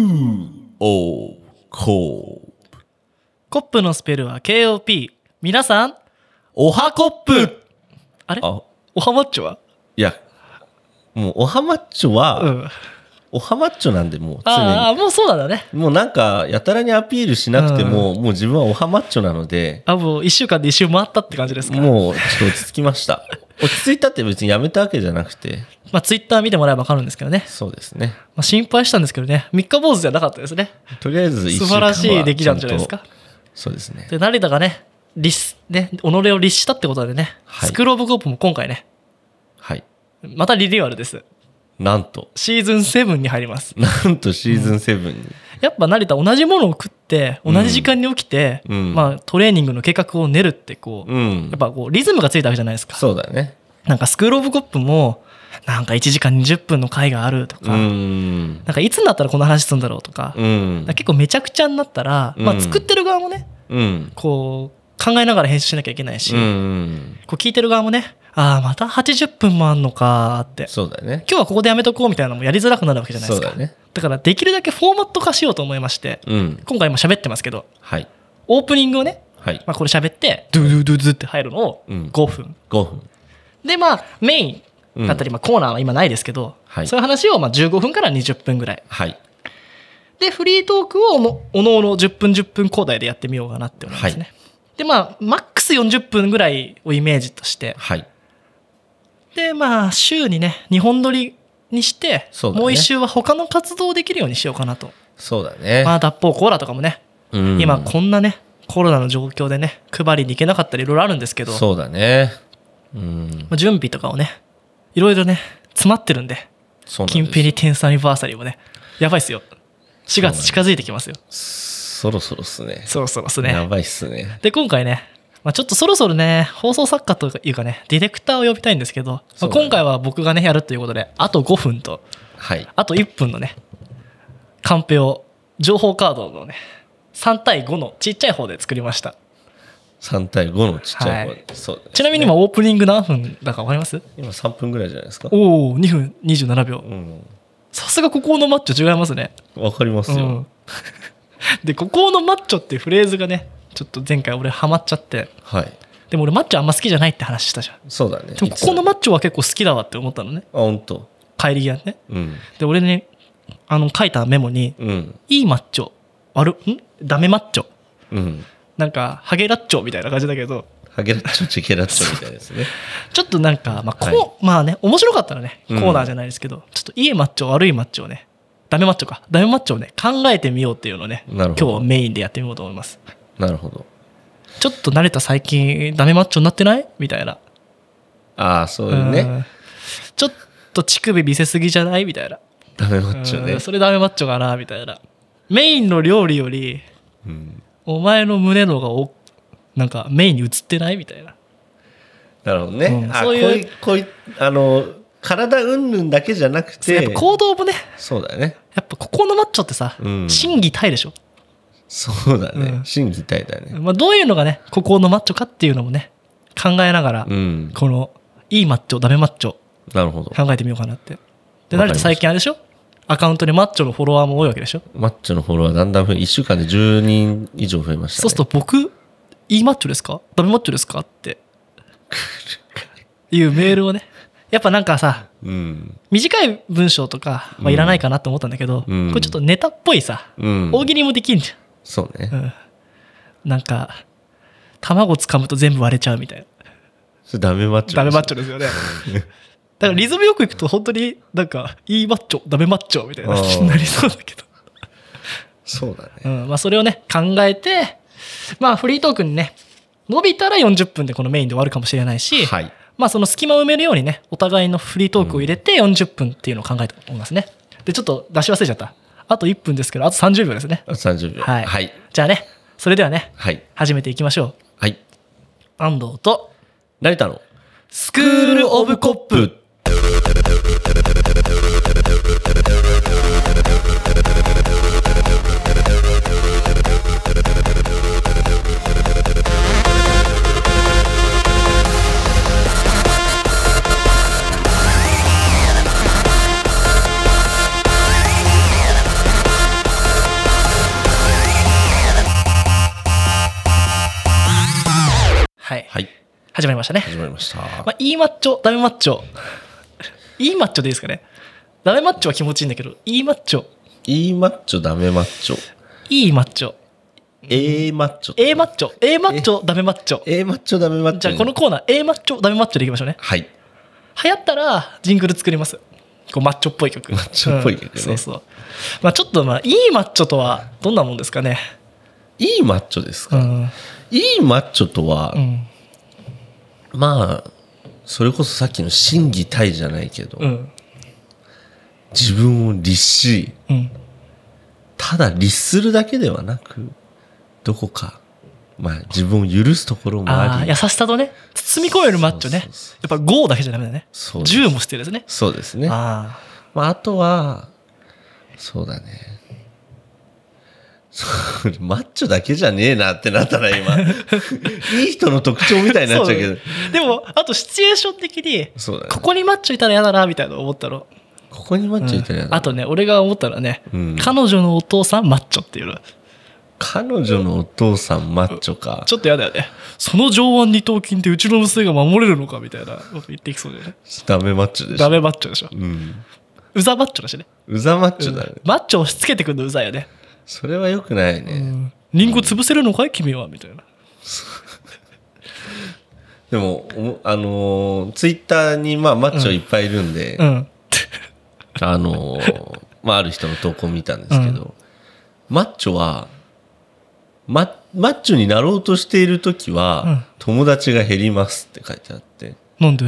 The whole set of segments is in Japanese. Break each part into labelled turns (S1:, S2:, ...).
S1: Cool. Cool.
S2: コップのスペルは KOP 皆さん
S1: おはコップ
S2: あれ
S1: あ、
S2: おはマッチョはい
S1: や、もう、おはマッチョは、
S2: うん
S1: おはマッチョなんで、もう、常
S2: ああもうそうなんだね
S1: に。もうなんか、やたらにアピールしなくても、もう自分はおはマッチョなので、
S2: あもう1週間で1周回ったって感じですか
S1: もう、ちょっと落ち着きました。落ち着いたって別にやめたわけじゃなくて、
S2: まあツイッター見てもらえば分かるんですけどね、
S1: そうですね。
S2: まあ、心配したんですけどね三日坊主じゃなかったですね
S1: とりあえず、
S2: 素晴らしい出来なんじゃないですか。
S1: そうですね。
S2: で成田がね律しね己を律したってことでね、
S1: はい
S2: スクール・オブ・コープも今回ね
S1: はい。
S2: またリニューアルです
S1: なんと、
S2: シーズン7に入ります
S1: なんとシーズン7に。
S2: やっぱ成田同じものを食って同じ時間に起きて、
S1: うん
S2: まあ、トレーニングの計画を練るってこう、
S1: う
S2: やっ
S1: ん。
S2: ぱこうリズムがついたわけじゃないですか
S1: そうだね。
S2: なんかスクール・オブ・コップもなんか1時間20分の回があると
S1: う
S2: か、
S1: ん。
S2: なんかいつになったらこの話するんだろうとか,、
S1: うん。
S2: 結構めちゃくちゃになったら、ま
S1: う
S2: あ、
S1: ん
S2: 作ってる側もね
S1: うん。
S2: こう考えながら編集しなきゃいけないし、
S1: うん。
S2: こう聞いてる側もねああまた80分もあんのかーって
S1: そうだね。
S2: 今日はここでやめとこうみたいなのもやりづらくなるわけじゃないで
S1: そう
S2: すか
S1: だね。
S2: だからできるだけフォーマット化しようと思いまして
S1: うん。
S2: 今回今喋ってますけど
S1: はい。
S2: オープニングをね、
S1: はい。
S2: まあ、これ喋ってドゥドゥドゥドゥって入るのを
S1: うん
S2: 5分、
S1: 5分。
S2: でまあメイ
S1: う
S2: ン
S1: ん
S2: だったり、まあ、コーナーは今ないですけど、
S1: はい
S2: そういう話をまあ15分から20分ぐらい
S1: はい。
S2: でフリートークをもおのおの10分10分交代でやってみようかなって思いますね、
S1: は
S2: でまあマックス40分ぐらいをイメージとして
S1: はい。
S2: でまあ週にね2本撮りにして
S1: そうだね
S2: もう1週は他の活動をできるようにしようかなと
S1: そうだね。
S2: まあ脱法コーラとかもね
S1: うん
S2: 今こんなねコロナの状況でね配りに行けなかったりいろいろあるんですけど
S1: そうだね。うん。
S2: まあ準備とかをねいろいろね詰まってるんで
S1: そうなん
S2: 金
S1: です
S2: ピリテンスアニバーサリーもねやばいっすよ4
S1: そうなんで
S2: 月
S1: す
S2: 近づいてきますよ
S1: そろそろっすね。
S2: そろそろっす
S1: や
S2: ね
S1: ばいっすね。
S2: で今回ね、まあ、ちょっとそろそろね放送作家というかねディレクターを呼びたいんですけど、まあ
S1: そうだね
S2: 今回は僕がねやるということであと5分と
S1: はい。
S2: あと1分のねカンペを情報カードのね3対5のちっちゃい方で作りました
S1: 3対5のちっちゃい
S2: はい
S1: 方。そうですね
S2: ちなみに今オープニング何分だか分かります
S1: 今3分ぐらいじゃないですか。
S2: おお2分27秒
S1: うん。
S2: さすが孤高のマッチョ違いますね
S1: わかります
S2: う
S1: よ
S2: ん。 で孤高のマッチョっていうフレーズがねちょっと前回俺ハマっちゃって
S1: はい。
S2: でも俺マッチョあんま好きじゃないって話したじゃん
S1: そうだね。
S2: でもここの
S1: いつ
S2: マッチョは結構好きだわって思ったのね
S1: あ、ほんと。
S2: 帰り際ね
S1: うん。
S2: で俺ねあの書いたメモに
S1: うん。
S2: 「いいマッチョ悪んダメマッチョ
S1: うん。
S2: なんかハゲラッチョ」みたいな感じだけど
S1: ハゲラッチョ、チェケラッチョみたい ですね。
S2: ちょっとなんか、まあこう
S1: はい
S2: まあね面白かったらねコ
S1: うん
S2: ーナーじゃないですけど、ちょっといいマッチョ悪いマッチョをねダメマッチョかダメマッチョをね考えてみようっていうのをね
S1: なるほ
S2: 今日
S1: ど
S2: はメインでやってみようと思います
S1: なるほど。
S2: ちょっと慣れた最近ダメマッチョになってないみたいな
S1: ああ、そういう
S2: う
S1: ね。
S2: んちょっと乳首見せすぎじゃないみたいな
S1: ダメマッチョ
S2: う
S1: ね
S2: ん。それダメマッチョかなみたいなメインの料理より
S1: うん。
S2: お前の胸の方がおなんかメインに映ってないみたいな
S1: なるほどね。
S2: うん
S1: あ
S2: そういう
S1: こういう、こういう、あの、体云々だけじゃなく
S2: やってぱ、行動もね
S1: そうだね。
S2: やっぱここのマッチョってさ、
S1: うん
S2: 審議体でしょ、
S1: そうだ
S2: う
S1: ね
S2: ん。
S1: 心技体だね。
S2: まあ、どういうのがねここのマッチョかっていうのもね考えながら、
S1: うん。
S2: このいいマッチョダメマッチョ
S1: なるほど。
S2: 考えてみようかなってで
S1: わか
S2: 成
S1: りました
S2: 田最近あれでしょアカウントにマッチョのフォロワーも多いわけでしょ
S1: マッチョのフォロワーだんだん増え、1週間で10人以上増えました、ね。
S2: そうすると僕、いいマッチョですかダメマッチョですかって。いうメールをね。やっぱなんかさ、
S1: うん。
S2: 短い文章とか
S1: う
S2: は
S1: ん
S2: いらないかなと思ったんだけど、
S1: うん
S2: これちょっとネタっぽいさ、
S1: うん。
S2: 大喜利もできんじ
S1: そうね
S2: ゃん。。うん。なんか、卵掴むと全部割れちゃうみたいな。
S1: それダメマッチョ。
S2: ダメマッチョですよね。 だからリズムよくいくと本当になんか、いいマッチョ、ダメマッチョみたいな
S1: あー
S2: なりそうだけど。
S1: そうだね。
S2: うん、まあそれをね、考えて、まあフリートークにね、伸びたら40分でこのメインで終わるかもしれないし、
S1: はい。
S2: まあその隙間を埋めるようにね、お互いのフリートークを入れて40分っていうのを考えておりますね。で、ちょっと出し忘れちゃった。あと1分ですけど、あと30秒ですね。
S1: あと30秒。
S2: はい。
S1: はい。
S2: じゃあね、それではね、
S1: はい。
S2: 始めていきましょう。
S1: はい。
S2: 安藤と、
S1: 成田の
S2: スクールオブコップ。
S1: プ。
S3: 「
S2: はい。
S1: はい。
S2: 始まりましたね。
S1: 始まりました。
S2: まあ、いいマッチョ、ダメマッチョ。いいマッチョでいいですかね。ダメマッチョは気持ちいいんだけど、いいマッチョ、
S1: いいマッチョ、ダメマッチョ。
S2: いいマッチョ、
S1: A マッチョ。
S2: A マッチョ、A マッチョ、ダメマッチョ。
S1: A マッチョ、ダメマッチョ。
S2: じゃあこの。コーナー、A マッチョ、ダメマッチョでいきましょうね。
S1: はい。
S2: 流行ったら、ジングル作ります。こうマッチョっぽい曲。マッ
S1: チョっぽい曲ね
S2: そうそう。まあちょっとまあ、いいマッチョとはどんなもんですかね。
S1: いいマッチョです
S2: う
S1: か、
S2: ん。
S1: いいマッチョとは、
S2: うん。
S1: まあ、それこそさっきの真偽体じゃないけど、
S2: うん。
S1: 自分を律し、
S2: うん。
S1: ただ律するだけではなく、どこか、まあ自分を許すところも
S2: あ
S1: あ
S2: あ、
S1: り
S2: 優、しさとね、包み込めるマッチョね。や
S1: そうそうそ
S2: っぱ5だけじゃダメだね。
S1: そうです
S2: 10もしてるですね。
S1: そうですね。
S2: ああ。
S1: まあ、あとは、そうだね。 そうマッチョだけじゃねえなってなったら今。 いい人の特徴みたいになっちゃうけど。
S2: そうでもあとシチュエーション的に
S1: そうだね。
S2: ここにマッチョいたら嫌だなみたいなの思ったの、
S1: ここにマッチョいたらや
S2: あ
S1: だ。
S2: とね俺が思ったのはね、
S1: うん
S2: 彼女のお父さんマッチョっていうの
S1: 彼女のお父さんマッチョか。
S2: ちょっと嫌だよねその上腕二頭筋ってうちの娘が守れるのかみたいなこと言ってきそうじゃない
S1: ダメマッチョでし
S2: ダ
S1: ょ。
S2: メマッチョでしょ
S1: うん。
S2: うざマッチョだしね
S1: うざマッチョだね。
S2: マッチョ押し付けてくるのうざいよね、
S1: それは良くないね。
S2: うん、リンゴ潰せるのかい君はみたいな
S1: でも、おもあのツイッター Twitter にまあマッチョいっぱいいるんで、
S2: うん
S1: あのーまあ、ある人の投稿を見たんですけど、マッチョは、ママッチョになろうとしている時は、
S2: うん
S1: 友達が減りますって書いてあって、
S2: なんで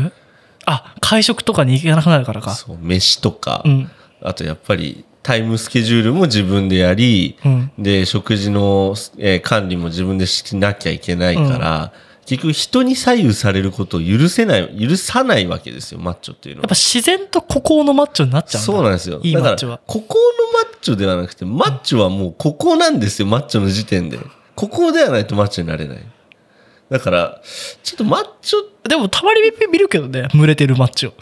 S2: あ会食とかに行けなくなるからか
S1: そう、飯とか、
S2: うん
S1: あとやっぱりタイムスケジュールも自分でやり、
S2: うん
S1: で、食事の、えー管理も自分でしなきゃいけないから、結局人に左右されることを許せない、許さないわけですよ、マッチョっていうの
S2: やっ
S1: は
S2: ぱ。自然と孤高のマッチョになっちゃうんだ
S1: そうなんですよ。
S2: いい
S1: だ
S2: マ
S1: か
S2: ッチョ
S1: ら
S2: は、
S1: ここのマッチョではなくて、マッチョはもうここなんですよ、マッチョの時点で。ここではないとマッチョになれない。だから、ちょっとマッチョ、
S2: でもたまに見るけどね群れてるマッチョ、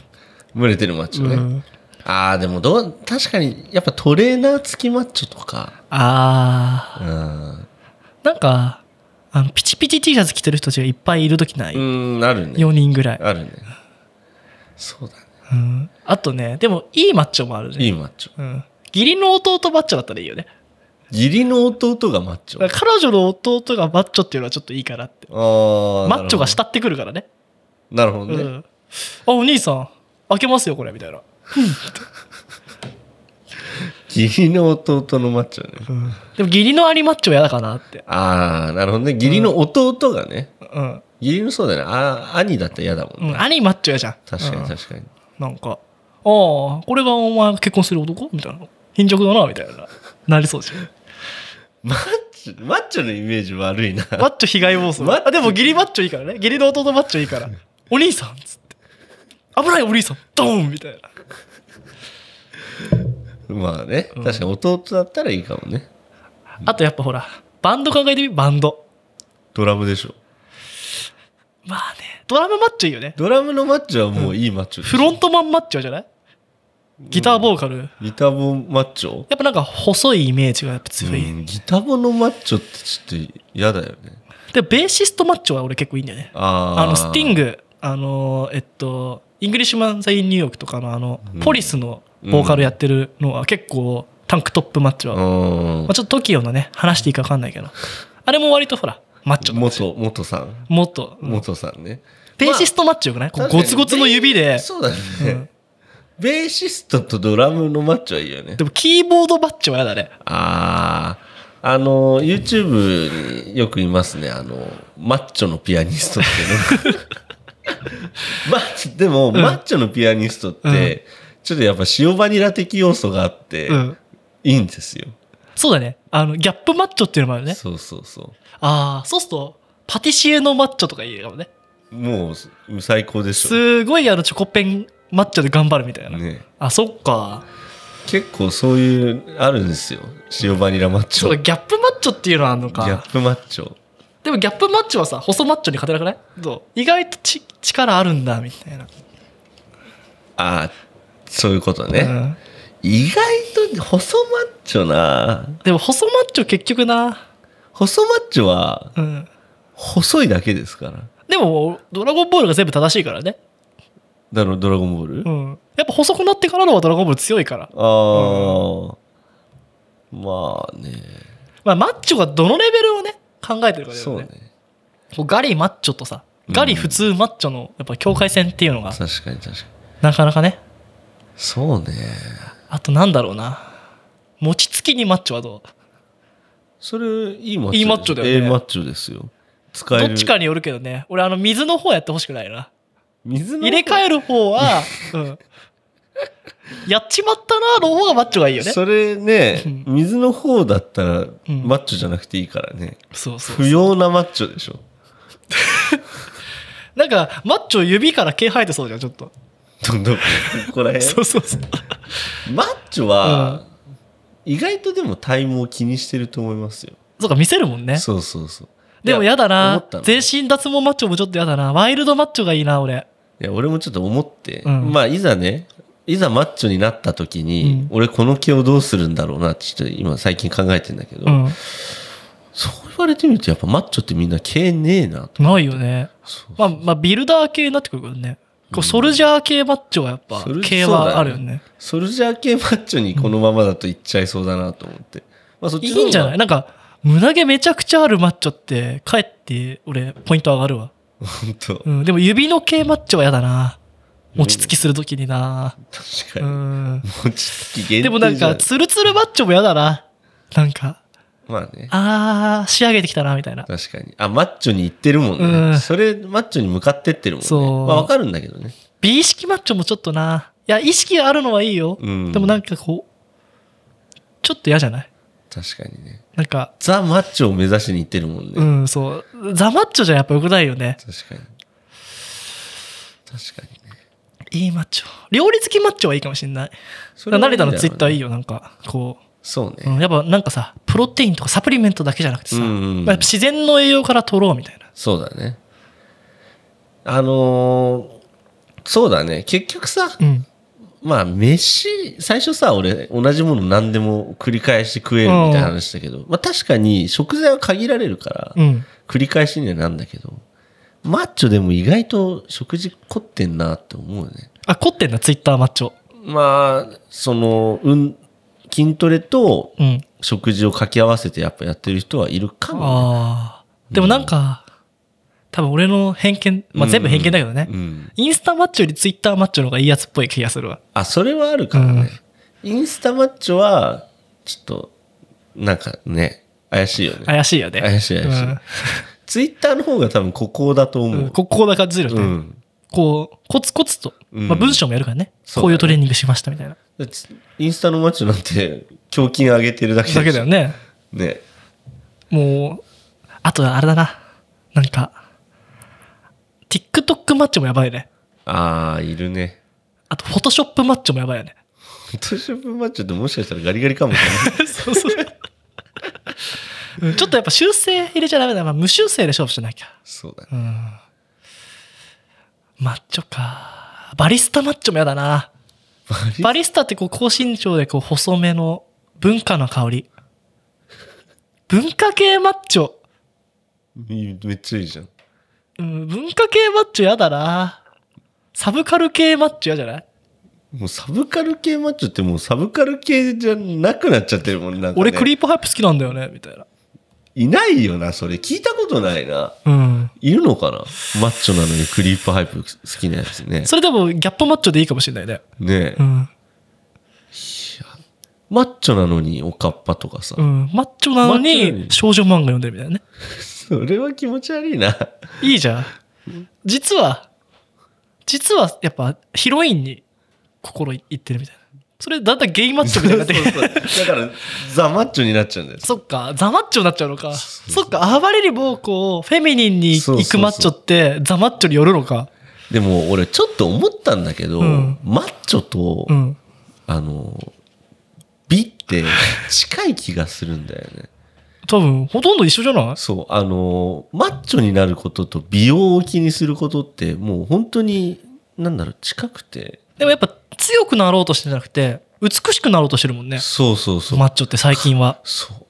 S1: 群れてるマッチョね。
S2: うん
S1: ああ、でもどう、確かに、やっぱトレーナー付きマッチョとか、
S2: あ
S1: うん、
S2: ーなんかあのピチピチ T シャツ着てる人たちがいっぱいいる時ない、
S1: うん、あるね。
S2: 4人ぐらい、
S1: あるね。そうだね。
S2: うんあとねでもいいマッチョもあるね
S1: いいマッチョ。
S2: うん、義理の弟マッチョだったらいいよね
S1: 義理の弟がマッチョ。
S2: だ
S1: あ
S2: から彼女の弟がマッチョっていうのはちょっといいかなって
S1: あ。
S2: マッチョが
S1: し。
S2: 慕ってくるからね
S1: なるほど
S2: う
S1: ね。
S2: ん、あお兄さん開けますよこれみたいな、
S1: 義理の弟のマッチョね。
S2: でも義理の兄マッチョは嫌だかなって
S1: ああ、なるほどね。義理の弟がね。
S2: うん、
S1: 義理のそうだね。あ兄だったら嫌だも
S2: うん
S1: ね。
S2: ん、兄マッチョ嫌じゃん
S1: 確か
S2: うん
S1: に確かに。
S2: なんか、ああ、これがお前が結婚する男みたいな。貧弱だな、みたいな。なりそうじゃ ん。
S1: マッチョ、マッチョのイメージ悪いな。
S2: マッチョ被害妄
S1: マッ
S2: 想。
S1: チョ
S2: あでも義理マッチョいいからね。義理の弟マッチョいいから。お兄さんっつって。危ないお兄さん、ドーンみたいな。
S1: まあね。確かに弟だったらいいかもね。
S2: あとやっぱほら、バンド考えてみ、バンド。
S1: ドラムでしょ。
S2: まあね、ドラムマッチョいいよね。
S1: ドラムのマッチョはもういいマッチョでし
S2: フ
S1: ょ
S2: ロントマンマッチョじゃないギターボーカル。
S1: ギタボマッチョ
S2: やっぱなんか細いイメージがやっぱ強い。
S1: うんギタボのマッチョってちょっと嫌だよね。
S2: で、ベーシストマッチョは俺結構いいんだよね。
S1: あー
S2: あの、スティング、あの、えっと、イングリッシュマン・ザ・イン・ニューヨークとかの、あの
S1: うん、
S2: ポリスのボーカルやってるのは結構、タンクトップマッチョ。ま
S1: うん
S2: あ、ちょっと TOKIO のね、話していいか分かんないけど、あれも割とほら、マッチョなんですよ。
S1: 元、元さん。
S2: もっと。うん
S1: 元さんね。
S2: ベーシストマッチョよくないこう
S1: 確かに
S2: ゴツゴツの指で。
S1: そうだね。
S2: うん
S1: ベーシストとドラムのマッチョはいいよね
S2: で。も、キーボードマッチョは嫌だね。
S1: ああ、あの、YouTube によくいますね。あの、マッチョのピアニストって ね。マッチでも、マッチョのピアニストって、
S2: うん
S1: ちょっとやっぱ塩バニラ的要素があって、
S2: うん。
S1: いいんですよ。
S2: そうだね。あの、ギャップマッチョっていうのもあるね。
S1: そうそうそ
S2: ああ、そうすると、パティシエのマッチョとかいいかもね。
S1: う。もう、最高でしょ。
S2: すごい、あの、チョコペンマッチョで頑張るみたいな。
S1: ね、
S2: あ、そっか。
S1: 結構そういう、あるんですよ。塩バニラマッチ
S2: そう
S1: ョ。
S2: か
S1: ギ
S2: ギャップマッチョっていうのはあんの
S1: ャ
S2: か
S1: ップマッチョ。
S2: でもギャップマッチョはさ細マッチョに勝てなくないどう意外とち力あるんだみたいな、
S1: ああ、そういうことね。
S2: うん
S1: 意外と細マッチョな
S2: でも細マッチョ結局な、
S1: 細マッチョは
S2: うん、
S1: 細いだけですから
S2: でも、ドラゴンボールが全部正しいからね。
S1: だろ、ドラゴンボール、
S2: うん。やっぱ細くなってからのはドラゴンボール強いから。
S1: ああ、まあね。
S2: まあ、マッチョがどのレベルをね、考えてるかだよね。
S1: そうね。
S2: こうガリマッチョとさ、ガリ普通マッチョの、やっぱ境界線っていうのが、
S1: 確かに確かに。
S2: なかなかね。
S1: そうね。
S2: あとなんだろうな。餅つきにマッチョはどう
S1: それ、いいマッチョ。
S2: いいマッチョだよね
S1: ええマッチョですよ。使え
S2: ど
S1: る。
S2: っちかによるけどね。俺、あの、水の方やってほしくないな。
S1: 水の
S2: 入れ替える方は、うん。やっちまったなの方がマッチョがいいよね。
S1: それね
S2: うん、
S1: 水の方だったら、
S2: ん
S1: マッチョじゃなくていいからね。
S2: そうそう
S1: 不要なマッチョでしょ。
S2: なんか、マッチョ指から毛生えてそうじゃん、ちょっと。
S1: どんどん、ここら辺。
S2: そうそうそう。
S1: マッチョは、意外とでも体毛気にしてると思いますよ。
S2: そうか、見せるもんね。
S1: そうそうそう。
S2: でも
S1: いや
S2: やだ
S1: 思
S2: な
S1: った。の
S2: 全身脱毛マッチョもちょっとやだな。ワイルドマッチョがいいな、俺。
S1: いや俺もちょっと思って、
S2: うん
S1: まあいざねいざマッチョになった時に、
S2: う
S1: 俺この毛をどうするんだろうなってちょっと今最近考えてんだけど、
S2: うん。
S1: そう言われてみるとやっぱマッチョってみんな毛ねえなと
S2: ないよね。
S1: そう
S2: まあ、まあ、ビルダー系になってくるからね。こうソルジャー系マッチョはやっぱ
S1: ソル、ジ
S2: 系はあるよね。
S1: ソルジャー系マッチョにこのままだといっちゃいそうだなと思って、まあそっち
S2: い
S1: の方が
S2: いんじゃないなんか、胸毛めちゃくちゃあるマッチョって、かえって、俺、ポイント上がるわ。
S1: 本当確
S2: うん、でも指の系マッチョはやだな。餅つきするときにな。
S1: か
S2: う
S1: に、
S2: ん。
S1: 餅つき限定じゃ
S2: でもなんか、ツルツルマッチョもやだな。なんか、
S1: まあね
S2: あー、仕上げてきたな、みたいな。
S1: 確かにあマッチョに行ってるもんね、
S2: うん
S1: それマッチョに向かってってるもんね
S2: そう
S1: まあわかるんだけどね
S2: 美意識マッチョもちょっとな。いや、意識があるのはいいよ。
S1: うん
S2: でもなんかこう、ちょっと嫌じゃない
S1: 確かにね
S2: なんか、
S1: ザ・マッチョを目指しに行ってるもんね、
S2: うん、そう。ザマッチョじゃやっぱ良くないよね。
S1: 確かに確かにね
S2: いいマッチョ。料理好きマッチョはいいかもしんない。
S1: それはいいんだ
S2: 成田
S1: ろう
S2: の
S1: ね
S2: ツイッターいいよ、なんか、こ
S1: そう
S2: う、う
S1: ね、
S2: ん。やっぱなんかさ、プロテインとかサプリメントだけじゃなくてさ、
S1: うんうんうん
S2: まあやっぱ自然の栄養から取ろうみたいな。
S1: そうだねあのーそうだね結局さ、
S2: うん。
S1: まあ飯最初さ俺同じもの何でも繰り返し食えるみたいな話だけど、まあ確かに食材は限られるから、
S2: うん。
S1: 繰り返しにはなんだけどマッチョでも意外と食事凝ってんなって思うよね
S2: あ、凝ってんだ、ツイッターマッチョ。
S1: まあその、うん、筋トレと
S2: うん。
S1: 食事を掛け合わせてやっぱやってる人はいるかも、
S2: ああ。でもなんか、多分俺の偏見、まあ全部偏見だけどね。
S1: うん、
S2: インスタマッチョよりツイッターマッチョの方がいいやつっぽい気がするわ。
S1: あそれはあるからね、インスタマッチョはちょっとなんかね怪しいよね
S2: 怪しいよね。
S1: 怪しい怪しいツイッターの方が多分ここだと思
S2: うんうん
S1: う、
S2: ここんな感じするよ
S1: う
S2: ね。
S1: ん
S2: こう、コツコツと、
S1: うん
S2: まあ、文章もやるからね、
S1: そうだね
S2: こういうトレーニングしましたみたいな。
S1: だってインスタのマッチョなんて胸筋上げてるだけでしょ
S2: だけだよね。
S1: ね
S2: もう、あとあれだな。なんか、TikTok マッチョもやばいね。
S1: ああいるね
S2: あと、Photoshop マッチョもやばいよね。
S1: フォトショップマッチョってもしかしたらガリガリかもしれない
S2: そうそう。うんちょっとやっぱ修正入れちゃダメだ。まあ、無修正で勝負しなきゃ。
S1: そうだね
S2: うん。マッチョか。バリスタマッチョもやだな。
S1: バリ
S2: バリスタってこう高身長でこう細めの文化の香り。文化系マッチョ。
S1: いいめっちゃいいじゃん
S2: うん、文化系マッチョやだな。サブカル系マッチョやじゃない、
S1: もうサブカル系マッチョってもうサブカル系じゃなくなっちゃってるもんなんか、ね、
S2: 俺クリープハイプ好きなんだよね、みたいな。
S1: いないよなそれ聞いたことないな
S2: うん。
S1: いるのかなマッチョなのにクリープハイプ好きなやつね
S2: それでもギャップマッチョでいいかもしれないね。
S1: ねえ、
S2: うん。
S1: マッチョなのにおかっぱとかさ、
S2: うん。マッチョな
S1: マ
S2: の
S1: ッチョなの
S2: に
S1: に
S2: 少女漫画読んでるみたいなね。
S1: それは気持ち悪い ない
S2: いじゃん。実は、実はやっぱヒロインに心いってるみたいな。それだんだんゲイマッチョみたいになってきて
S1: そうそうだからザ・マッチョになっちゃうんだよ
S2: そっか、ザマッチョになっちゃうのか。
S1: そう
S2: そっか、あばれり暴行をフェミニンに
S1: そうそう
S2: 行
S1: そ
S2: く
S1: う
S2: マッチョって、ザマッチョによるのか。
S1: でも俺ちょっと思ったんだけど、
S2: うん
S1: マッチョと、
S2: うん。
S1: あの美って近い気がするんだよね
S2: 多分、ほとんど一緒じゃない
S1: そう、あのーマッチョになることと美容を気にすることって、もう本当に、なんだろう、近くて。
S2: でもやっぱ強くなろうとしてんじゃなくて、美しくなろうとしてるもんね。
S1: そうそうそう。
S2: マッチョって最近は。
S1: そう。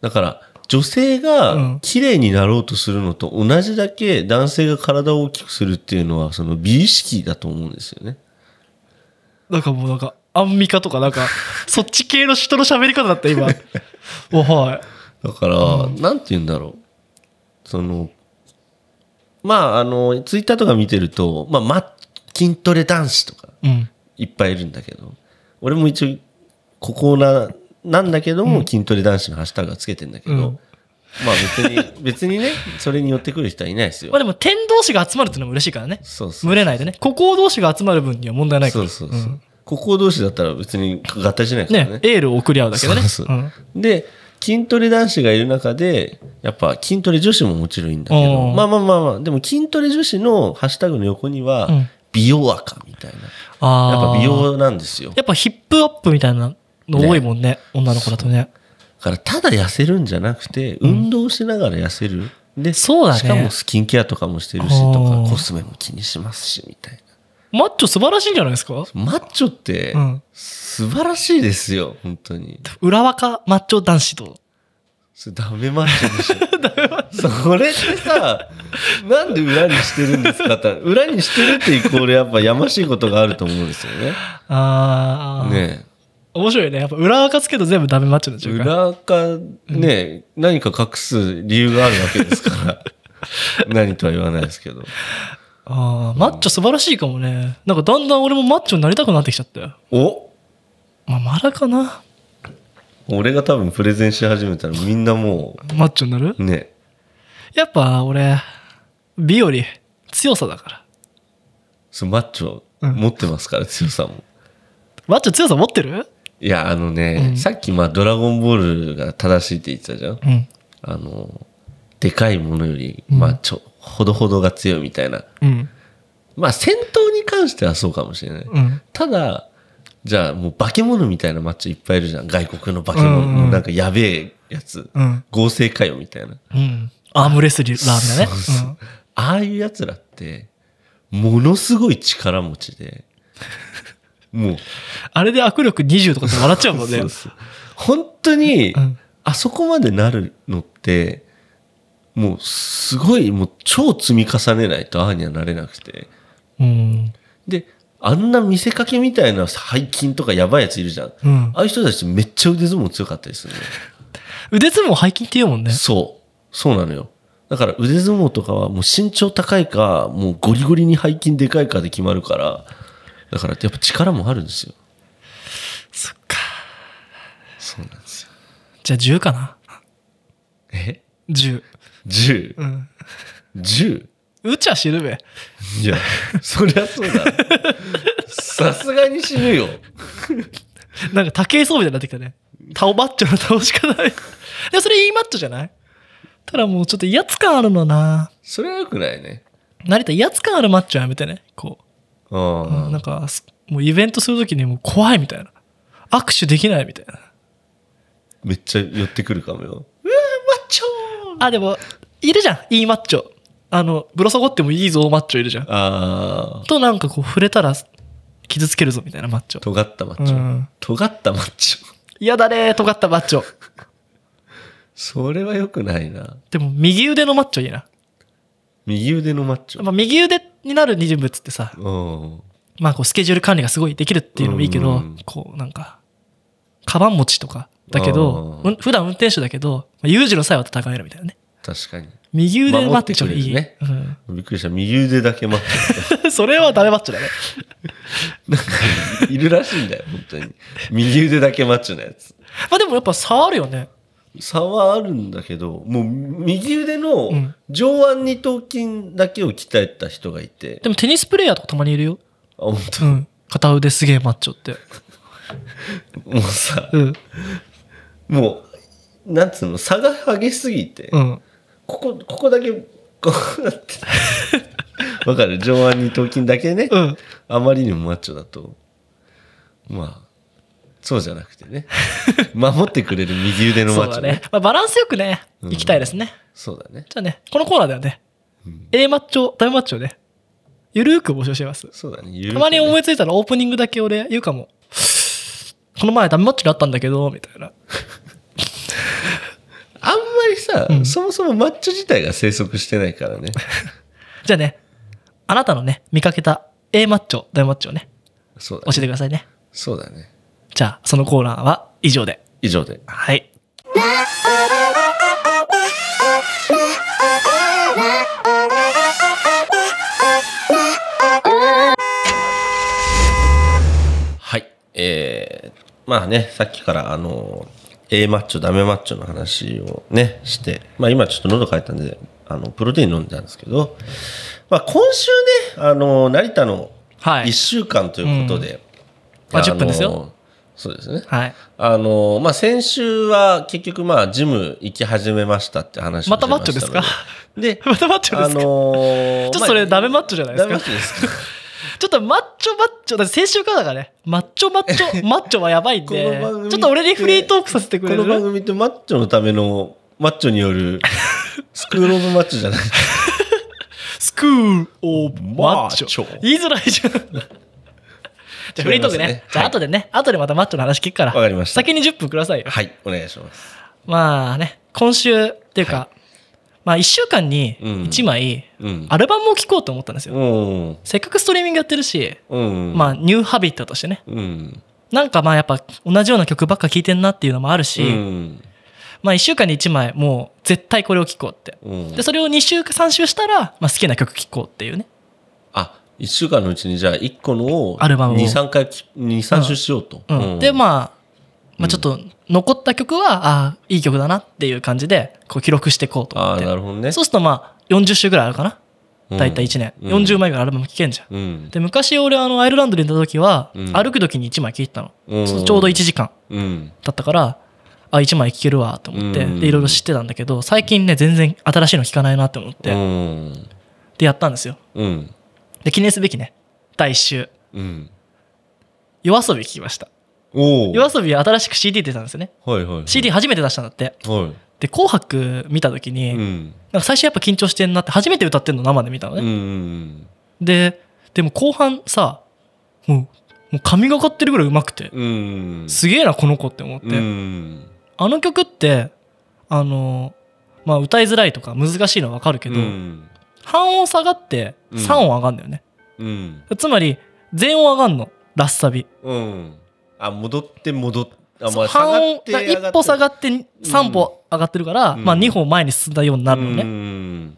S1: だから、女性
S2: う
S1: が
S2: ん
S1: 綺麗になろうとするのと同じだけ男性が体を大きくするっていうのはその美意識だと思うんですよね。
S2: なんかもうなんか、アンミカとかなん か、そっち系の人の喋り方だった、今。 おはい。
S1: だから、なんて言うんだろう。その、まあ、あの、ツイッターとか見てると、まあ、マッ筋トレ男子とか
S2: うん。
S1: いっぱいいるんだけど、俺も一応、ここな、なんだけども、筋トレ男子のハッシュタグはつけてんだけど、
S2: うん
S1: まあ別に、別にね、それに寄ってくる人はいないですよ
S2: まあ。でも、点同士が集まるっていうのも嬉しいからね。
S1: そうそう。
S2: 群れないでね。孤高同士が集まる分には問題ないか
S1: そ
S2: ら。
S1: うそうそう。
S2: ん
S1: ここ同士だったら別に合体しないですから
S2: ね
S1: ね。、
S2: エールを送り合うだけでね。
S1: そうそ
S2: ん
S1: で、筋トレ男子がいる中で、やっぱ筋トレ女子ももちろんいいんだけど、
S2: おー
S1: まあまあまあまあ、でも筋トレ女子のハッシュタグの横には
S2: うん、
S1: 美容赤みたいな。
S2: あ
S1: やっ
S2: ー
S1: ぱ美容なんですよ。だ
S2: やっぱヒップアップみたいなの多いもんね。女の子だとね。
S1: からただ痩せるんじゃなくて、運動しながら痩せる。で、
S2: そうだね
S1: しかもスキンケアとかもしてるし、と
S2: お
S1: か、
S2: ー
S1: コスメも気にしますし、みたいな。
S2: マッチョ素晴らしいんじゃないですか
S1: マッチョって
S2: うん、
S1: 素晴らしいですよ、本当に。
S2: 裏若マッチョ男子と。
S1: それダメマッチョでしょ。それってさ、なんで裏にしてるんですかって、裏にしてるってイコールやっぱやましいことがあると思うんですよね。
S2: ああ。
S1: ね
S2: 面白いね。やっぱ裏垢つけると全部ダメマッチョになっ
S1: え
S2: ちゃうから。
S1: 裏か、ねえ何か隠す理由があるわけです から。何とは言わないですけど。
S2: ああ、マッチョ素晴らしいかもね。なんかだんだん俺もマッチョになりたくなってきちゃったよ。
S1: お
S2: まあ、まだかな。
S1: 俺が多分プレゼンし始めたらみんなも
S2: マッチョになる
S1: う、ねえ
S2: やっぱ俺、美より強さだから。
S1: そのマッチョ持ってますから、強さも。
S2: マッチョ強さ持ってる
S1: いや、あのね、
S2: うん
S1: さっきまあドラゴンボールが正しいって言ってたじゃん。
S2: うん。
S1: あの、でかいものより、まあ、ちょ、ほどほどが強いみたいな。
S2: うん。
S1: まあ、戦闘に関してはそうかもしれない。
S2: うん。
S1: ただ、じゃあ、もう化け物みたいなマッチョいっぱいいるじゃん。外国の化け物、
S2: うんうん
S1: なんかやべえやつ。
S2: うん。
S1: 合成かよ、みたいな。
S2: うん。アームレスリーラーみたいな
S1: そう
S2: ね。
S1: そうああいうやつらって、ものすごい力持ちで、もう、
S2: うんあれで握力20とかって笑っちゃうもんね。
S1: そうそう本当に、
S2: うん
S1: あそこまでなるのって、もうすごい、もう超積み重ねないとああにはなれなくて。
S2: うん。
S1: で、あんな見せかけみたいな背筋とかやばいやついるじゃん。
S2: うん
S1: あ。あいう人たちめっちゃ腕相撲強かったりするのよ
S2: 腕相撲背筋って言うもんね。
S1: そう。そうなのよ。だから腕相撲とかはもう身長高いか、もうゴリゴリに背筋でかいかで決まるから、だからやっぱ力もあるんですよ。
S2: そっか。
S1: そうなんですよ。
S2: じゃあ10かな。
S1: え
S2: 10。
S1: ?10?10?
S2: うん。
S1: 10?
S2: うちは知るべ。
S1: いや、そりゃそうだ。さすがに死ぬよ。
S2: なんか竹井装備みたいになってきたね。タオマッチョの倒し方。 でもそれいいマッチョじゃないただもうちょっと威圧感あるのな。
S1: それは良くないね。
S2: 成田威圧感あるマッチョはやめてね。こう。
S1: あ
S2: なん
S1: あ。
S2: か、すもうイベントするときにもう怖いみたいな。握手できないみたいな。
S1: めっちゃ寄ってくるかもよ。
S2: マッチョあ、でも、いるじゃん。いいマッチョ。あの、ぶら下がってもいいぞマッチョいるじゃん。
S1: ああ。
S2: となんかこう触れたら傷つけるぞみたいなマッチョ。
S1: 尖ったマッチョ。
S2: うん
S1: 尖ったマッチョ。
S2: 嫌だね尖ったマッチョ。
S1: それは良くないな。
S2: でも右腕のマッチョいいな。
S1: 右腕のマッチ
S2: やっ
S1: ョ。
S2: ぱ右腕になる人物ってさ、
S1: うん。
S2: まあこうスケジュール管理がすごいできるっていうのもいいけど、
S1: うん
S2: こうなんか、カバン持ちとかだけど、
S1: あー
S2: うん普段運転手だけど、まあ有事の際は戦えるみたいなね。
S1: 確かに。
S2: 右腕マッチョがいい。
S1: 守ってびっくりした。右腕だけマッチ
S2: うん それは誰マッチョだね。
S1: ョ。いるらしいんだよ、本当に。右腕だけマッチョのやつ。
S2: まあでもやっぱ差あるよね。
S1: 差はあるんだけど、もう右腕
S2: う
S1: の
S2: ん
S1: 上腕二頭筋だけを鍛えた人がいて。
S2: でもテニスプレイヤーとかたまにいるよ。
S1: あ、本
S2: うん。片腕すげえマッチョって。
S1: 当もうさ、
S2: うん。
S1: もう、なんつうの、差が激しすぎて、
S2: うん。
S1: ここ、ここだけ、こうなって。わかる上腕二頭筋だけね、
S2: うん。
S1: あまりにもマッチョだと、まあ、そうじゃなくてね。守ってくれる右腕の
S2: そ
S1: マ
S2: う
S1: ッチョ
S2: だ
S1: ね
S2: ね。。まあ、バランスよくね、
S1: うん
S2: いきたいですね。
S1: そうだね。
S2: じゃあね、このコーナーではね、A マッチョ、大マッチョね、ゆるーく募集してます。
S1: そうだね。ゆるく
S2: た
S1: ね
S2: まに思いついたらオープニングだけ俺言うかも。この前ダメマッチョになったんだけど、みたいな。
S1: あんまり際さ、
S2: うん
S1: そもそもマッチョ自体が生息してないから ね。
S2: じゃあね、あなたのね、見かけた A マッチョ、大マッチョをね、
S1: そうだ
S2: 教え
S1: ね。
S2: てくださいね。
S1: そうだね。
S2: じゃあ、そのコーナーは以上で。
S1: 以上で。
S2: はい。
S1: はい。えー、まあね、さっきからあの、A マッチョ、ダメマッチョの話をね、して、まあ今ちょっと喉乾いたんで、あの、プロテイン飲んでたんですけど、まあ今週ね、あの、成田の
S2: はい
S1: 1週間ということで、
S2: まあ10分ですよ。
S1: そうですね。
S2: はい。
S1: あの、まあ先週は結局まあジム行き始めましたって話をし
S2: ま
S1: ましたたので
S2: マッチョですか
S1: で、
S2: ま たマッチョです
S1: あ
S2: か、
S1: のー
S2: ちょっとそれ
S1: まあ
S2: ダメマッチョじゃないで
S1: ダ
S2: すか
S1: メマッチョですか。
S2: ちょっとマッチョマッチョ、だって先週からだからね、マッチョマッチョ、マッチョはやばいんで、
S1: この番組
S2: ちょっと俺にフリートークさせてく
S1: こ
S2: れ
S1: の番
S2: る
S1: 組ってマッチョのためのマッチョによ るスクール・オブ・マッチョじゃない
S2: スクール・オブ・マッチ
S1: マッチ
S2: ョ
S1: ョ。
S2: 言いづらいじゃん。じゃあフリートークね。
S1: 違いますね
S2: じゃあ後でね、後でまたマッチョの話聞くから。
S1: わかりました
S2: 先に10分くださいよ。
S1: はいお願いします
S2: まあね、今週っていうか、
S1: は
S2: まあ1週間に
S1: うん
S2: 1枚、
S1: うん
S2: アルバムを聴こうと思ったんですよ。
S1: うん
S2: せっかくストリーミングやってるし、
S1: うん
S2: まあニューハビットとしてね。
S1: うん
S2: なんかまあやっぱ同じような曲ばっか聴いてんなっていうのもあるし、
S1: うん
S2: まあ1週間に1枚もう絶対これを聴こうって。
S1: うん
S2: で、それを2週か3週したら、まあ、好きな曲聴こうっていうね。
S1: あ一週間のうちにじゃあ一個のを
S2: アルバムを
S1: 二三回き二三周しようと、
S2: うん。で、
S1: あ
S2: まあ、まあ、ちょっと残った曲は、ああ、いい曲だなっていう感じで、こう記録していこうと思
S1: あ
S2: っ
S1: ーな
S2: て。
S1: るほどね
S2: そうするとまあ、40週ぐらいあるかな。
S1: うん
S2: だいたい1年。
S1: うん
S2: 40枚ぐらいアルバム聴けんじゃん。
S1: うん
S2: で、昔俺あの、アイルランドにいた時は、
S1: うん
S2: 歩く時に1枚聴いてたの。
S1: うん
S2: そうちょうど1時間
S1: うん
S2: だったから、あ、1枚聴けるわと思って、
S1: うん
S2: で、いろいろ知ってたんだけど、最近ね、全然新しいの聴かないなって思っ
S1: う
S2: て、
S1: ん
S2: で、やったんですよ。
S1: うん
S2: で、記念すべきね、第1週。
S1: うん
S2: 夜遊び聴きました。
S1: おお
S2: 夜遊びは新しく CD 出たんですよね。
S1: はいはい
S2: CD 初めて出したんだって。
S1: は
S2: で、紅白見た時に、
S1: い、う
S2: なん
S1: ん、
S2: か最初やっぱ緊張してんなって、初めて歌ってんの生で見たの
S1: うんう
S2: ね。
S1: ん
S2: で、でも後半さ、もう、もう神がかってるぐらいうまくて、
S1: うん
S2: すげえな、この子って思って。
S1: うん
S2: あの曲って、あの、まあ歌いづらいとか難しいのはわかるけど、
S1: うん
S2: 半音下がって
S1: うん
S2: 3音上がるんだよね。
S1: うん
S2: つまり、全音上がんの、ラッサビ。
S1: うん。あ、戻って戻って。あ、
S2: そう半音、だから一歩下
S1: っ
S2: がって3歩上がってるから、
S1: うん
S2: まあ2歩前に進んだようにな
S1: た
S2: る
S1: の
S2: のね。
S1: ね。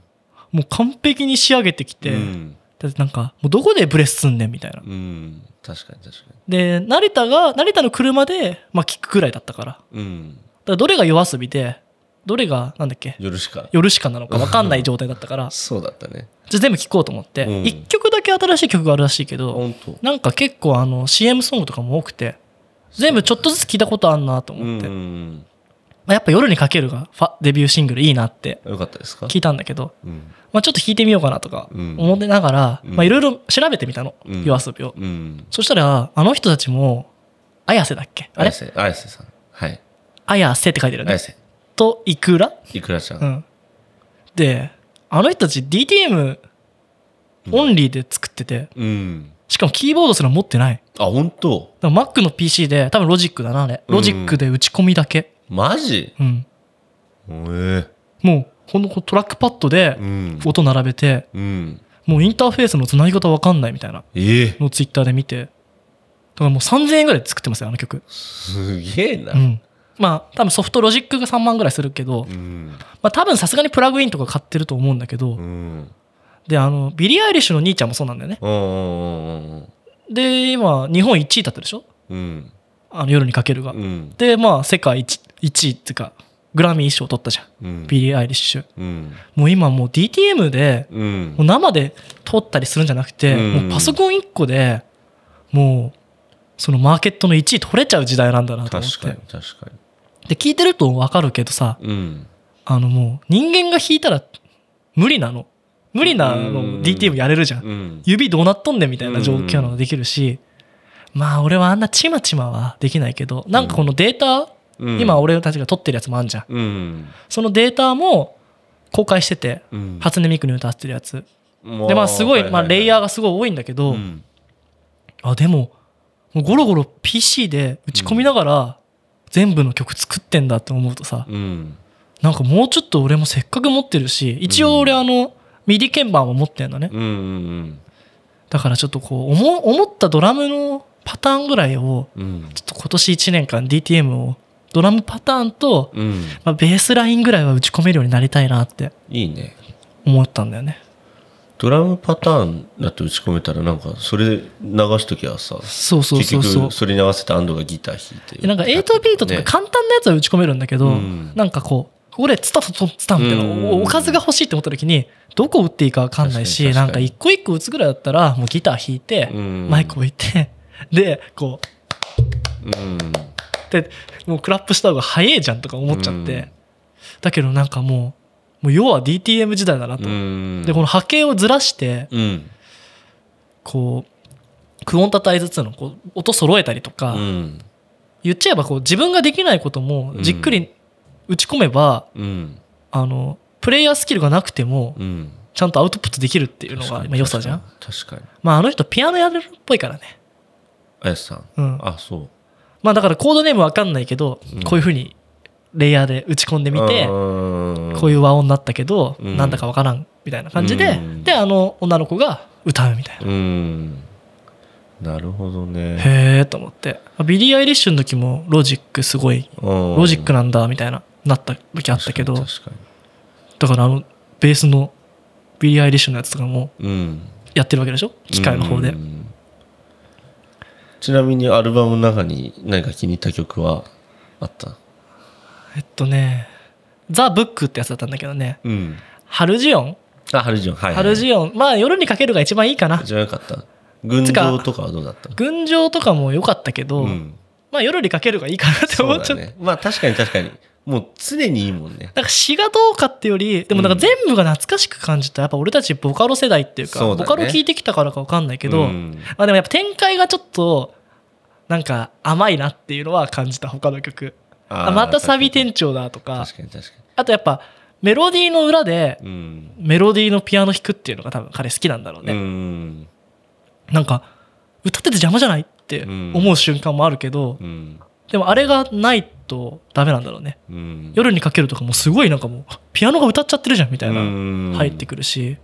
S2: もう完璧に仕上げてきて、
S1: うん。
S2: だってなんか、もうどこでブレスすんねんみたいな。
S1: うん。確かに確か
S2: で、成田が、成田の車で、まあ、聞くくらいだったから。だか
S1: に。うん。
S2: らどれが夜遊びで、どれが、なんだっけ、
S1: 夜しか。
S2: 夜しかなのか分かんない状態だったから、
S1: そうだったね。
S2: じゃあ全部聞こうと思って、
S1: うん
S2: 1曲だけ新しい曲があるらしいけど、
S1: 本当。
S2: なんか結構あの、CM ソングとかも多くて、全部ちょっとずつ聞いたことあんなと
S1: う
S2: 思って、ま
S1: ん。
S2: あやっぱ夜にかけるが、ファデビューシングルいいなって
S1: よかったですか
S2: 聞いたんだけど、
S1: うん。
S2: まあ、ちょっと弾いてみようかなとか
S1: うん
S2: 思ってながら、
S1: うん
S2: まあ、いろいろ調べてみたの、
S1: うん
S2: 夜遊びを、
S1: うん。
S2: そしたらあの人たちも綾瀬だっけあ
S1: 綾
S2: れ
S1: 瀬、綾瀬さん。はい。
S2: 綾瀬って書いてるよ
S1: 綾
S2: ね
S1: 瀬。
S2: といくら、
S1: いくらちゃ。
S2: うんん、であの人たち DTM
S1: うん
S2: オンリーで作ってて
S1: うん。
S2: しかもキーボードすら持ってない
S1: あ、本当。
S2: だから Mac の PC で多分ロジックだなあれ
S1: うん
S2: ロジックで打ち込みだけ、
S1: マジ
S2: うん、
S1: ええ。
S2: もうほんとこうトラックパッドで
S1: うん。
S2: 音並べて
S1: うん。
S2: もうインターフェースの繋ぎ方わかんないみたいな
S1: ええ。
S2: のツイッターで見てだからもう3000円ぐらいで作ってますよあの曲
S1: すげえな
S2: う。んまあ多分ソフトロジックが3万ぐらいするけど、
S1: うん。
S2: まあ、多分さすがにプラグインとか買ってると思うんだけど、
S1: うん。
S2: であのビリー・アイリッシュの兄ちゃんもそうなんだよね
S1: うんうん。
S2: で今日本1位だったでしょ
S1: うん。
S2: あの夜にかけるが、
S1: うん。
S2: でまあ世界 1, 1位っていうかグラミー賞取ったじゃん、
S1: うん。
S2: ビリー・アイリッシュ
S1: うん。
S2: もう今もう DTM で
S1: うん
S2: もう生で撮ったりするんじゃなくて、
S1: うん
S2: もうパソコン1個でもうそのマーケットの1位取れちゃう時代なんだなと思
S1: 確か
S2: っ
S1: に
S2: て
S1: 確か
S2: で聞いてると分かるけどさ、
S1: にうん
S2: あのもう人間が弾いたら無理なの。無理な
S1: う
S2: の
S1: ん
S2: DTM やれるじゃん。
S1: うん
S2: 指どうなっとんねんみたいな状況なのできるし、まあ俺はあんなちまちまはできないけど、なんかこのデータ、
S1: うん
S2: 今俺たちが撮ってるやつもあんじゃん。
S1: うん
S2: そのデータも公開してて、
S1: うん
S2: 初音ミクに歌ってるやつ。
S1: もう
S2: でまあすごい、まあレイヤー
S1: が
S2: がすごい多いんだけ
S1: う
S2: ど、
S1: ん
S2: あ、でも、もうゴロゴロ PC で打ち込みながら全部の曲作ってんだって思うとさ、
S1: うん
S2: なんかもうちょっと俺もせっかく持ってるし一応俺あのミディ鍵盤は持ってんのね
S1: うんうん
S2: だからちょっとこう思思ったドラムのパターンぐらいを
S1: うんうん
S2: ちょっと今年1年間 DTM をドラムパターンと、
S1: うん
S2: まあ、ベースラインぐらいは打ち込めるようになりたいなって
S1: いいね
S2: 思ったんだよね
S1: ドラムパターンだって打ち込めたらなんかそれ流しときゃさ
S2: そうそう
S1: 結
S2: そうそう
S1: 局それに合わせて安藤がギター弾いて
S2: なんか8ビートとか
S1: ね
S2: 簡単なやつは打ち込めるんだけど、
S1: うん
S2: なんかこう俺ツタツタツタみたいな
S1: うん
S2: おおかずが欲しいって思った時にどこ打っていいか分かんないし
S1: 確か
S2: な
S1: に確
S2: んか
S1: かに
S2: 一個一個打つぐらいだったらもうギター弾いて、
S1: うん
S2: マイク置いてでこう
S1: うん
S2: でもうクラップした方が早いじゃんとか思っちゃって、
S1: うん
S2: だけどなんかもうもう要は DTM 時代だなと、
S1: うん
S2: でこの波形をずらして
S1: うん
S2: こうクオンタタイズっつうのこう音揃えたりとか、
S1: うん
S2: 言っちゃえばこう自分ができないこともじっくり打ち込めば、
S1: うん
S2: あのプレイヤースキルがなくても
S1: うん
S2: ちゃんとアウトプットできるっていうのがまあ良さじゃん
S1: 確かに
S2: まああの人ピアノやれるっぽいからね
S1: あやさん
S2: うん
S1: あそう
S2: まあだからコードネームわかんないけど、
S1: うん
S2: こういうふうにレイヤーで打ち込んでみてこ
S1: こ
S2: ういう和音になったけど、
S1: うん
S2: なんだかわからんみたいな感じで、
S1: うん
S2: であの女の子が歌うみたいな、
S1: うんなるほどね
S2: へえと思ってビリー・アイリッシュの時もロジックすごい
S1: ロ
S2: ロジックなんだみたいななった時あったけど
S1: 確かに
S2: だからあのベースのビリー・アイリッシュのやつとかも
S1: 確かにうん
S2: やってるわけでしょ機械の方で、
S1: うんちなみにアルバムの中に何か気に入った曲はあった
S2: えっとね「ザ・ブック」ってやつだったんだけどね
S1: うん
S2: 「ハルジオン」
S1: あハルジオンはい、
S2: ハルジオン」まあ「夜にかける」が一番いいかな
S1: じゃあよかった群青とかはどうだった
S2: 「群青」とかも良かったけど、
S1: うん
S2: まあ「夜にかける」がいいかなって
S1: そ
S2: 思
S1: う
S2: っちゃ
S1: だ
S2: った
S1: ねまあ確かに確かにもう常にいいもんね
S2: なんか詩がどうかってよりでもなんか全部が懐かしく感じたやっぱ俺たちボカロ世代っていうか
S1: そうだね
S2: ボカロ聞いてきたからか分かんないけど、
S1: うん
S2: まあでもやっぱ展開がちょっとなんか甘いなっていうのは感じた他の曲
S1: あ
S2: あ
S1: ー
S2: またサビ店長だとか
S1: 確かに確かに確か
S2: あとやっぱメロディーの裏で
S1: にうん、
S2: メロディーのピアノ弾くっていうのが多分彼好きなんだろう
S1: う
S2: ね、
S1: ん
S2: なんか歌ってて邪魔じゃないって思う瞬間もあるけど、
S1: うん
S2: でもあれがないとダメなんだろうね
S1: うん
S2: 夜にかけるとかもすごいなんかもうピアノが歌っちゃってるじゃんみたいな
S1: うん
S2: 入ってくるし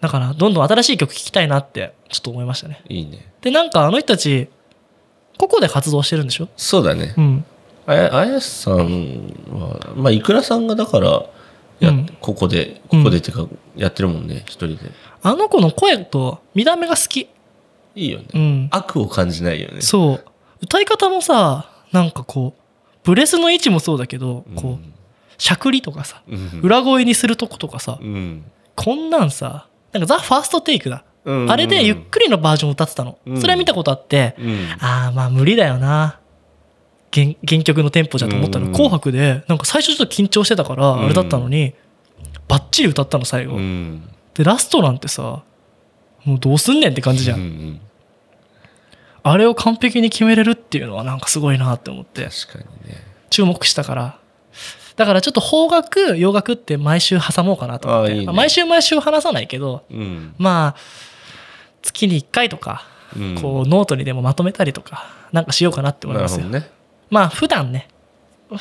S2: だからどんどん新しい曲聴きたいなってちょっと思いましたね
S1: いいね
S2: でなんかあの人たちここで活動してるんでしょ
S1: そうだね
S2: うん
S1: あやあやさんはまあいくらさんがだからや、
S2: うん
S1: ここでここでっていうかやってるもんね一人で
S2: あの子の声と見た目が好き
S1: いいよね、
S2: うん
S1: 悪を感じないよね
S2: そう歌い方もさなんかこうブレスの位置もそうだけどこうしゃくりとかさ
S1: うん、うん、
S2: 裏声にするとことかさ
S1: うん、
S2: こんなんさなんかザ・ファーストテイクだ
S1: うん
S2: あれでゆっくりのバージョンを歌ってたの
S1: うん
S2: それは見たことあって
S1: うん
S2: ああまあ無理だよな原原曲のテンポじゃと思ったの
S1: うん
S2: 紅白でなんか最初ちょっと緊張してたから
S1: うん
S2: あれだったのにバッチリ歌ったの最後
S1: うん
S2: でラストなんてさもうどうすんねんって感じじゃ
S1: うんん
S2: あれを完璧に決めれるっていうのはなんかすごいなって思って
S1: 確かにね
S2: 注目したからだからちょっと邦楽洋楽って毎週挟もうかなと思って
S1: あーいいね
S2: 毎週毎週話さないけど
S1: うん
S2: まあ月に1回とか、
S1: うん
S2: こうノートにでもまとめたりとかなんかしようかなって思い
S1: な
S2: ま
S1: る
S2: す
S1: ほ
S2: よ
S1: どね
S2: まあ普段ね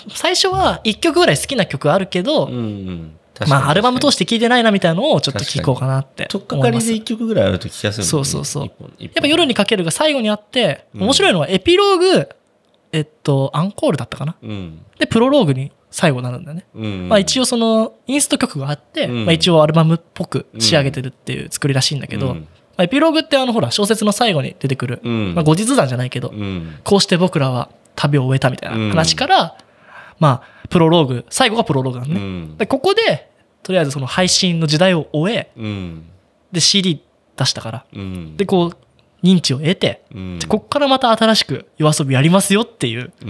S2: 最初は1曲ぐらい好きな曲あるけど、
S1: うんうん
S2: まあアルバム通
S1: して
S2: して聴いてないなみたいのをちょっと聴こうかなって
S1: とっか
S2: 思
S1: か
S2: い
S1: り
S2: ま
S1: です
S2: や
S1: 一曲ぐらいあると聞きやすいもんね
S2: そうそうそう
S1: 一本一本
S2: っぱ「夜にかける」が最後にあって
S1: うん
S2: 面白いのはエピローグえっとアンコールだったかな
S1: うん
S2: でプロローグに最後なるんだよね
S1: うん
S2: まあ、一応そのインスト曲があって、
S1: うん
S2: まあ、一応アルバムっぽく仕上げてるっていう作りらしいんだけ
S1: う
S2: ど、
S1: ん
S2: まあ、エピローグってあのほら小説の最後に出てくる、
S1: うん
S2: まあ、後日談じゃないけど、
S1: うん
S2: こうして僕らは旅を終えたみたいな話から、まあプロローグ最後がプロローグなの
S1: う
S2: ね、
S1: ん
S2: でここでとりあえずその配信の時代を終え
S1: うん
S2: で CD 出したから
S1: うん
S2: でこう認知を得て
S1: うん
S2: でこっからまた新しく夜遊びやりますよっていう
S1: うん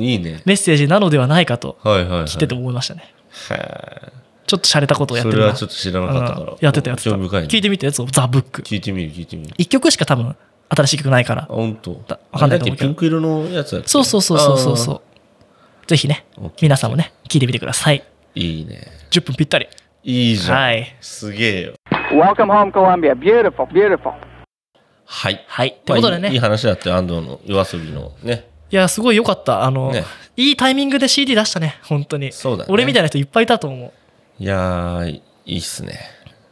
S1: いいね
S2: メッセージなのではないかと
S1: はいはいはい
S2: 聞いてて思いましたね
S1: へ
S2: ちょっと洒落たことをやっ
S1: そ
S2: てる
S1: れ
S2: な
S1: はちょっと知らなかったか
S2: う
S1: ら
S2: んやってたやってた
S1: 興味深いね
S2: 聞いてみたやつをザ・ブック
S1: 聞いてみる聞いてみる
S2: 1曲しか多分新しい曲ないから
S1: あ本当
S2: だわかんないと
S1: あれだっ
S2: 思
S1: けピン
S2: うけど
S1: ク色のやつだっけ
S2: そうそうそうそうそうそうぜひね
S1: オッケー
S2: 皆さんもね聞いてみてください
S1: あーいいね
S2: 10分ぴったり
S1: いいじゃん、
S2: はい
S1: すげえよ
S3: Welcome home, Columbia. Beautiful, beautiful.
S1: はい
S2: はいってことで
S1: まあいい
S2: ね
S1: いい話だって安藤の夜遊びのね
S2: いやすごい良かったあの、
S1: ね
S2: いいタイミングで CD 出したね本当に
S1: そうだね
S2: 俺みたいな人いっぱいいたと思う
S1: いやー、いいっすね。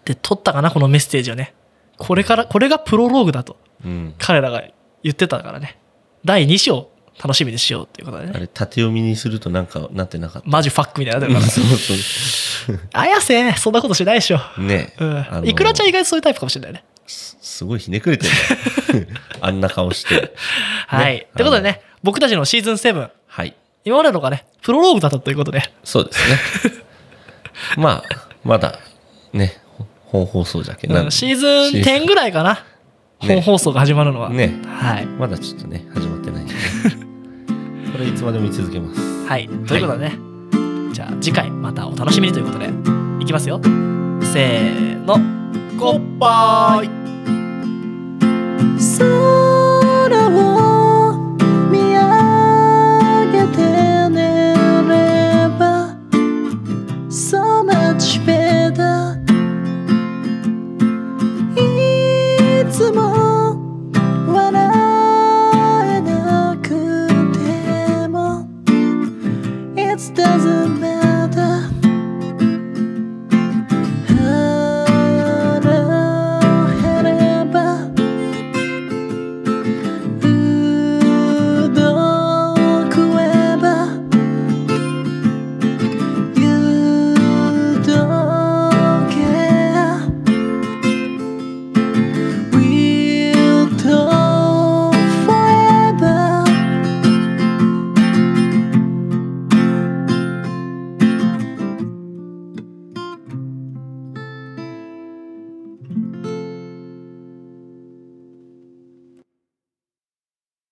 S2: で撮ったかなこのメッセージをねこれからこれがプロローグだと
S1: うん。
S2: 彼らが言ってたからね第2章楽しみにしようっていうことで
S1: あ
S2: ね
S1: れ、縦読みにするとなんかなってなかった。
S2: マジファックみたいなだから
S1: そうそ
S2: 綾瀬そんなことしないでしょ、
S1: う。ね
S2: うん
S1: あの
S2: いくらちゃん意外とそういうタイプかもしれないね
S1: すごいひねくれてる ね。あんな顔して。
S2: はい、
S1: ね
S2: ってことでね僕たちのシーズン7
S1: はい。
S2: 今までのがねプロローグだったということで
S1: そうですね。 まあ、まだ、ね、ほ本放送じゃけ
S2: うんシーズン10ぐらいかな、
S1: ね
S2: 本放送が始まるのは、
S1: ね
S2: はい、
S1: まだちょっとね、始まってないんで ね。これいつまでも居続けます。
S2: はい、ということでね、じゃあ次回またお楽しみにということでいきますよせーのゴッバイ
S3: So